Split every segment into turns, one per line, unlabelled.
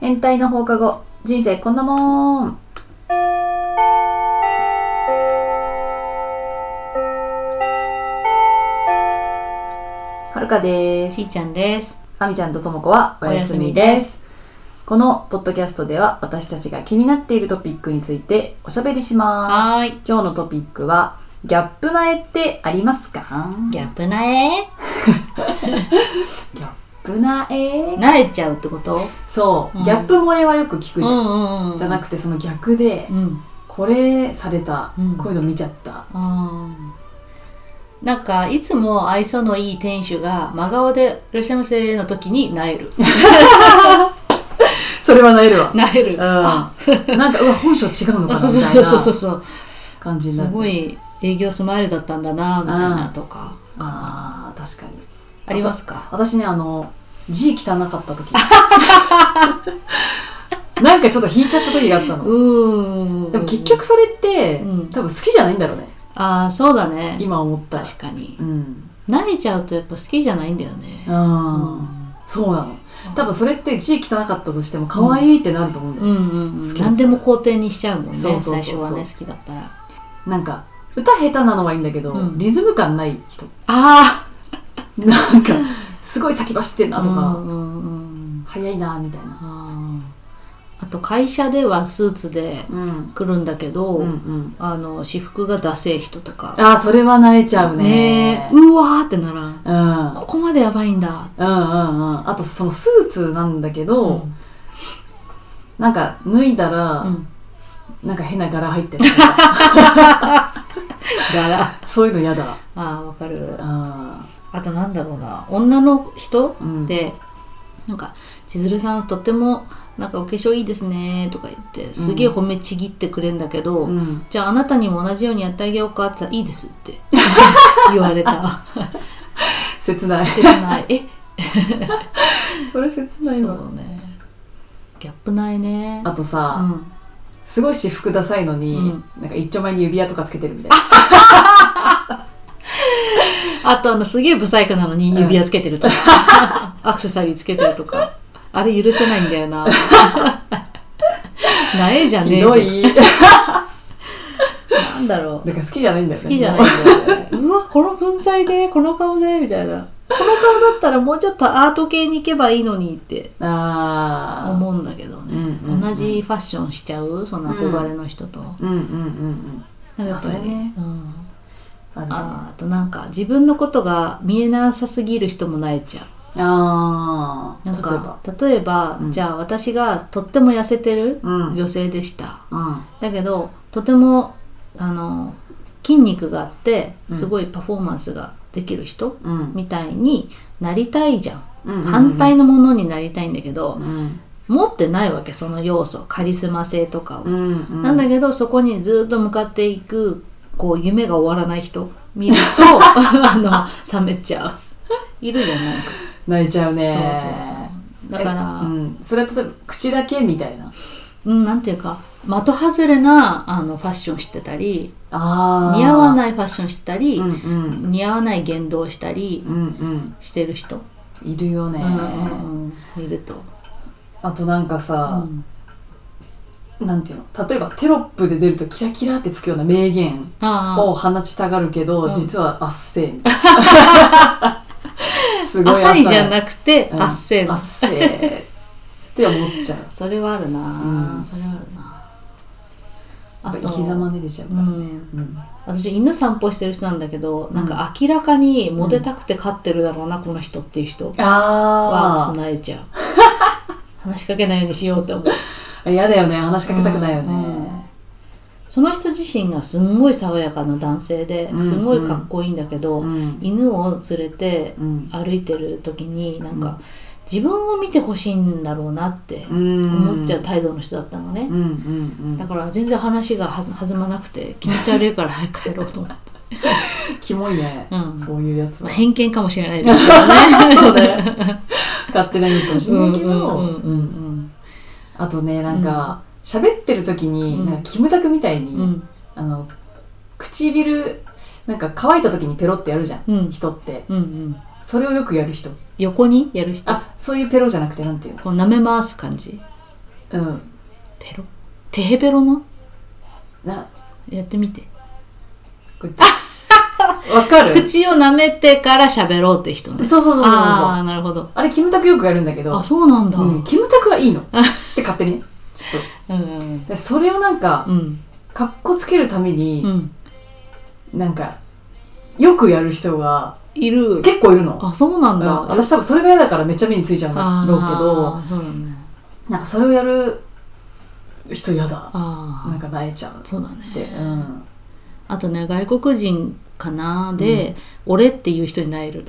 変態の放課後人生こんなもんはるかです
しーちゃんです。
あみちゃんとともこはお休み
お休み
で
です
このポッドキャストでは私たちが気になっているトピックについておしゃべりします
はーい。
今日のトピックはギャップ苗ってありますか
ギャップなえ
ギャップ苗
慣れちゃうってこと
そう、
うん
ギャップ萌えはよく聞くじゃん、
んう
じゃな
く
くてその逆で
うん。
これされた、
うん
こういうの見ちゃった
あーなんか、いつも愛想のいい店主が真顔でいらっしゃいませの時にな える。
それはなえるわ
なえる。あ
うん、 なんかうわ本性違うのか
あ、
な
そう
みたい
そうそうそう
な
そう。
感じにな
す
る
ごい営業スマイルだったんだな、みたいなとか。
あー確かに
ありますか
私ねあの字汚かった 時なんかちょっと引いちゃった時があったの
うーん。
でも結、局それって、
うん
多分好きじゃないんだろうね
ああ、そうだね。
今思ったら
確かに。
うん
慣れちゃうとやっぱ好きじゃないんだよね。
あーそうなの多分それって字汚かったとしても可愛いってなると思うんだ
う
よ、
んうんう
好
ん、
きだったら
何でも肯定にしちゃうもんね
そうそうそうそう
最初はね好きだったらあ
なんか歌下手なのはいいんだけど、
うん
リズム感ない人
あ
なんか すごい先走ってんな
ー
とか、
うんうんうん
早いなみたいな、
あーあと会社ではスーツで
うん、
来るんだけど、
うんうん
あの私服がダセえ人とか
ああそれはなえちゃうね
ねえうわーってならん
うんうん
ここまでやばいんだ
うんうんあとそのスーツなんだけど、
ん
なんか脱いだら、
うん
なんか変な柄入ってると か
柄あ
そういうの嫌だ
あわかる
あ
あとなんだろうな女の人
うん
で、なんか「千鶴さんとってもなんかお化粧いいですね」とか言ってすげえ褒めちぎってくれんだけど、
ーうん
じゃああなたにも同じようにやってあげようかって言ったら「いいです」って 言われた
切ない
切ないえ
それ切
そ
ないうわ
ねギャップないね
あとさ、
うん
すごい私服ダサいのに、
うん
なんか一丁前に指輪とかつけてるみたいな
あとあのすげえ不細工なのに指輪つけてる とか、アクセサリーつけてるとかあれ許せないんだよ ななえじゃね
ひ
えじゃん
どい
なんだろう
だから好きじゃないんだよね
好きじゃないんだよね うわこの文才でこの顔でみたいなこの顔だったらもうちょっとアート系に行けばいいのにって
ああ
思うんだけどね、
うんうん
同じファッションしちゃうその憧れの人と、
うんうんうんうん
なんかやっぱ
あそ
り
れね
うん、
あるね
ああとなんか自分のことが見えなさすぎる人もなえちゃう
ああ
なんか例えば
うん
じゃあ私がとっても痩せてる
うん
女性でした、
うん
だけどとてもあの筋肉があって
うん
すごいパフォーマンスができる人、
うん
みたいになりたいじゃん、
うんうんうん
反対のものになりたいんだけど、
うん
持ってないわけその要素カリスマ性とかを、
うんうん
なんだけどそこにずっと向かっていくこう夢が終わらない人見 るとあの冷めちゃういるじゃんなんか、
泣いちゃうね
そうそうそうだから、
え
う
うんん、それは例えば口だけみたいな
なんていうか的外れなあのファッションしてたり
あ
似合わ
い
ないファッションしてたり、
うんうん
似合わない言動したり
うん
してる人、
うんいるよね、
うんうん、いると、
あとなんか
う
さ、
ん
なんていうの例えばテロップで出るとキラキラってつくような名言
ああ
を放ちたがるけど、
うん
実はあっせ えみたいなすごい
浅いじゃ
く
なくて、あっせー
あ
の
っせえって思っちゃう
それはあるな、
うん
それはあるな
や
あ
っぱ
と
生きざまね出ちゃう
う
から、
ん、
うん
私犬散歩してる人なんだけど、なんか明らかにモテたくて飼ってるだろうな、この人っていう人は
あ
備えち ゃう話しかけないようにしようって思う
あ嫌だよね話しかけたくないよね、
うんその人自身がすんごい爽やかな男性で
ん
すごいかっこいいんだけど、
うん
犬を連れて
うん
歩いてる時になんか自分を見てほしいんだろうなって思っちゃう態度の人だったのね、
うんうんう
だ
ん
から全然話がは弾まなくて気持ち悪いから早く帰ろうと思って、
キモいね、
うん
そういうやつ
ま
は
あ、偏見かもしれないですけどね
そうね勝手な意味かもしれないけど、
うんうんうん
あとねなんか喋、ってる時に、
うん
なんかキムタクみたいに、
うん
あの唇なんか乾いた時にペロってやるじゃん、
うん
人って
うんうん
それをよくやる人
横にやる人
あそういうペロじゃなくてなんていうの
こう舐め回す感じ
うん
ペロテヘペロの
な
やってみて
こっち わかる
口を舐めてから喋ろうって人ね
そうそうそうそうそう
ああなるほど
あれキムタクよくやるんだけど
あそうなんだう
うん
ん
キムタクはいいのって勝手にね ちょっ
うん
とでそれをなんか
うん
かっこつけるために
う、ん
なんかよくやる人が
いる
結構いるの、
あそうなん
うん、
だ
私多分それが嫌だからめっちゃ目についちゃうん
あ
だろうけど
ーそうだね
なんかそれをやる人嫌だな
あ
んか泣いちゃうっ
あそうだね
て、うん、
あとね外国人かなで、俺っていう人になれる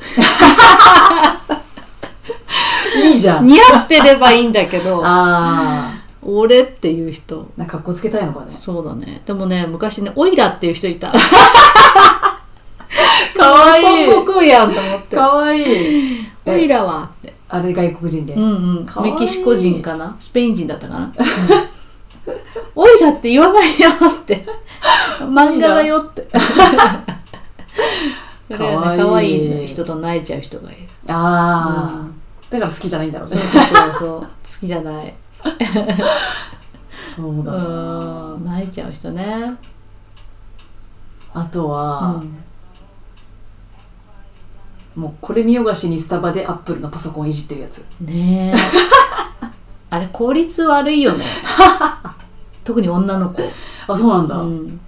いいじゃん
似合ってればいいんだけど
あ
俺っていう人
ーなんかかっこつけたいのかね
そうだねでもね昔ねオイラっていう人い た
かわいい
孫悟空やんと思って
かわいい
オイラはって
あれ外国人で、
うんうん
かわいい
メキシコ人かなスペイン人だったかな、うん オイラって言わないよ って漫画だよって それはね
か
可
わ
愛
いい
い人と泣いちゃう人がいる
あーだから好きじゃないんだろう
そう
ね
そうそう そう好きじゃない
そうだな
うん泣いちゃう人ね
あと
う
は、
ん
もうこれ見よがしにスタバでアップルのパソコンいじってるやつ
ねえ あれ効率悪いよね 特に女の子
あそうなんだ、
うん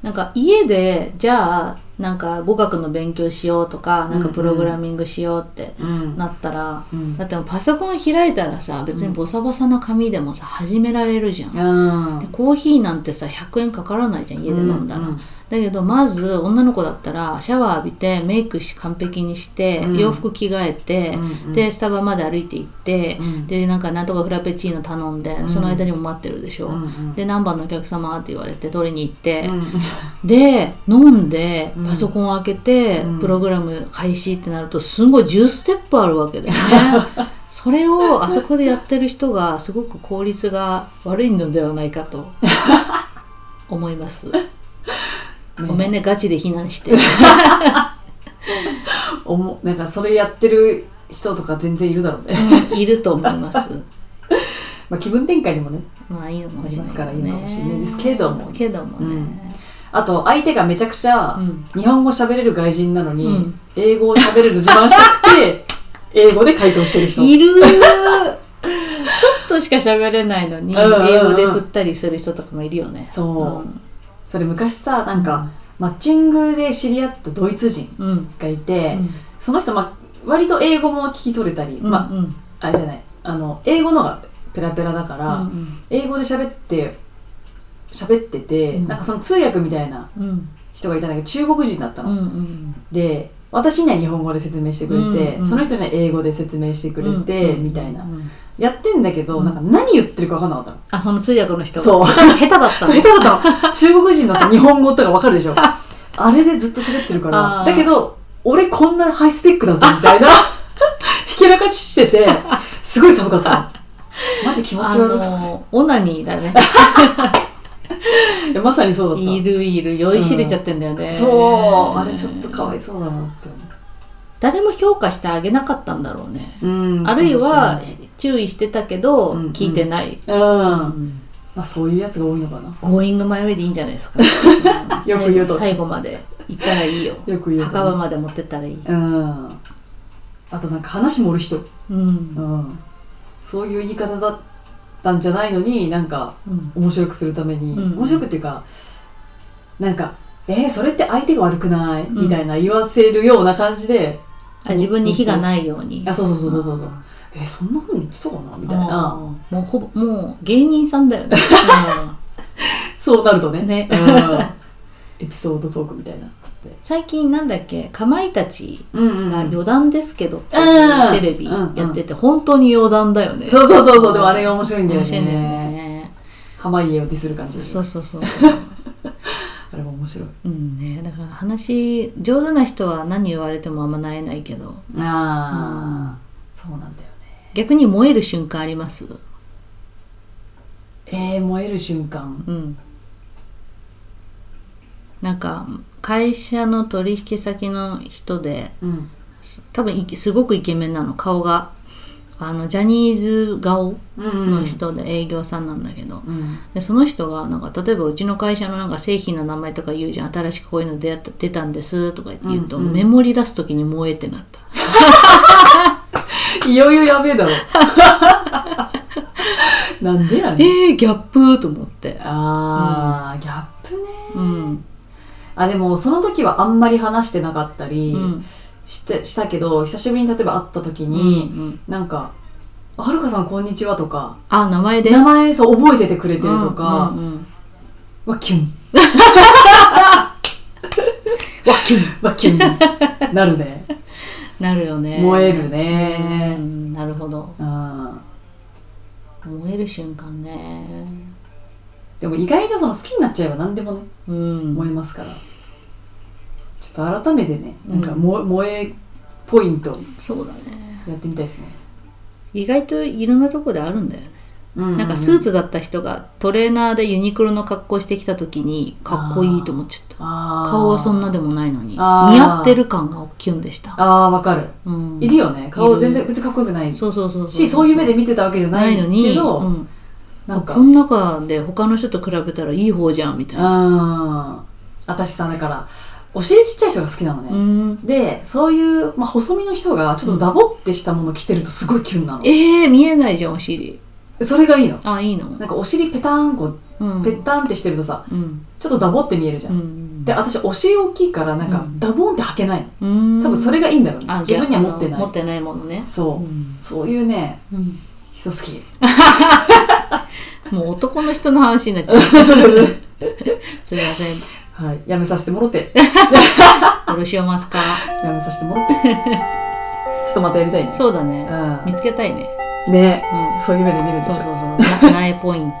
なんか家でじゃあなんか語学の勉強しようとかなんかプログラミングしようって
うん
なったら、
うん
だってパソコン開いたらさ別にボサボサの紙でもさ始められるじゃん、
うん
でコーヒーなんてさ100円かからないじゃん家で飲んだら、
うんうん
だけどまず女の子だったらシャワー浴びてメイクし完璧にして、
うん
洋服着替えて、
うんうん
でスタバまで歩いて行って、
うん
でなんかなんとかフラペチーノ頼んで、その間にも待ってるでしょ、
うんうん
で何番のお客様って言われて取りに行って、
うん
で飲んで
うん
パソコンを開けて、
うん
プログラム開始ってなるとすごい10ステップあるわけだよ ねそれをあそこでやってる人がすごく効率が悪いのではないかと思 います、ごめんねガチで避難して
おもなんかそれやってる人とか全然いるだろうね、
いると思います
まあ、気分転換にもね
まあいいのかもしれないけ
あ
ど
りますからいいのかもしれないですけども
けどもね、
あと相手がめちゃくちゃ
うん
日本語喋れる外人なのに、
うん
英語を喋れるの自慢したく て英語で回答してる人
いるーちょっとしか喋れないのに
うんうんうん
英語で振ったりする人とかもいるよね
そう、
うん
それ昔さなんかマッチングで知り合ったドイツ人
うん
がいて、
うん
その人、まあ、割と英語も聞き取れたり、
うん
ま
うん
ああれじゃないあの英語のがペラペラだから、
うん
英語で喋って喋ってて、
うん
なんかその通訳みたいな
うん
人がいたんだけど中国人だった
う
の、
んうん
で私には日本語で説明してくれて、
うんうん
その人には英語で説明してくれて、
うん
みたいな、
うん
やってんだけど、
うん
なんか何言ってるか分かんなかったの
あその通訳の人
そう
下手下手だっ
そ
た
う下手だった の中国人のさ日本語とか分かるでしょあれでずっと喋ってるか
あ
ら
ー
だけど俺こんなハイスペックだぞみた いなひけらかちしててすごい寒かったのマジ気持
あ
ち悪い、
のオナニーだね
いやまさにそうだった
いるいる酔いしれちゃってんだよね、
そうあれちょっとかわいそうだなって思
誰も評価してあげなかったんだろうね、
う、うん
あるいは
かもし
注意してたけど、
うんうん
聞いてない、
れないうんまあそういうやつが多いのかな
ゴーイングマイウェイでいいんじゃないですか、うん
よく言うと
最後最後まで行ったらいいよ
よく言うとね
墓場まで持ってったらいい、
うんあとなんか話盛る人、
うん
うん、そういう言い方だったんじゃないのになんか
うん
面白くするために、
うん
面白くっていうかなんか「えー、それって相手が悪くない?」
ん
みたいな言わせるような感じで
あ自分に火がないように
あそうそうそうそうそうそうえー、そんなふうに言ってたかなみたいな
あーもうほぼもう芸人さ んだよね、うん
そうなるとね
ね
うん、エピソードトークみたいなって
最近なんだっけかまいたち
うんう
が
ん
余談ですけどって
うん
いうテレビやってて本当に余談だよね
そうそうそうそうでもあれが面白いんだよね
面白いんだよね
濱家をディスる感じ
そうそうそう そう
あれも面白い
うんねだから話上手な人は何言われてもあんまなえないけど
ああ、そうなんだよね
逆に燃える瞬間あります
えー、燃える瞬間
うんなんか会社の取引先の人で
うん
す多分いすごくイケメンなの顔があのジャニーズ顔
うん
の人で営業さんなんだけど、
うん
でその人がなんか例えばうちの会社のなんか製品の名前とか言うじゃん新しくこういうの出た出たんですとか言って言うと、
うんうん
メモリ出す時に萌えってなった
いよいよやべえ だろなんでやねん
えー、ギャップと思って
あー、ギャップね
うん
あでもその時はあんまり話してなかったり
うん
して、したけど久しぶりに例えば会った時に、
うん
なんか「はるかさんこんにちは」とか
あ名前で
名前そう覚えててくれてるとか、
うんうんうん
わキュン
わっキュ ン
わキュンなるね
なるよね
燃えるね
うんなるほど
うん
燃える瞬間ね
でも意外とその好きになっちゃえば何でもね
うん
燃えますからちょっと改めてねなんか
うん
燃え燃えポイント
そうだね
やってみたいですね、
意外といろんなとこであるんだよね
ううう
なんかスーツだった人がトレーナーでユニクロの格好してきた時にかっこいいと思っちゃった
あー
顔はそんなでもないのに似
あー
合ってる感がキュンでした、
あーわかる
うん、
いるよね顔全
い
然別にかっこよくないし
そうそうそうそう
そういう目で見てたわけじゃな
ない
い
のに
けど
うん、
なんか
この中で他の人と比べたらいい方じゃんみたいな
うん私さだからお尻ちっちゃい人が好きなの
う
ね、
ん
でそういう、まあ、細身の人がちょっとダボってしたもの着てるとすごいキュンなの、
えー、見えないじゃんお尻
それがいいの
あいいの
なんかお尻ペタンこう
うん
ペタンってしてるとさ
うん
ちょっとダボって見えるじゃ、
うんん
で私お尻大きいからなんか
うん
ダボンって履けないの
うん
多分それがいいんだろうね、
あ
自分には持って
あ
な
の
い
持ってないものね
そう、
うん
そういうね
うん
人好 き
もう男の人の話になっち ゃう すいません
はいやめさせてもろ て
よろしおますか
やめさせてもらって。ちょっとまたやりたいね。
そうだね見
う
つけたいね
ん。ね。
うん
そういう目で見るでし
そう
ょ。
そうそうな苗ポイント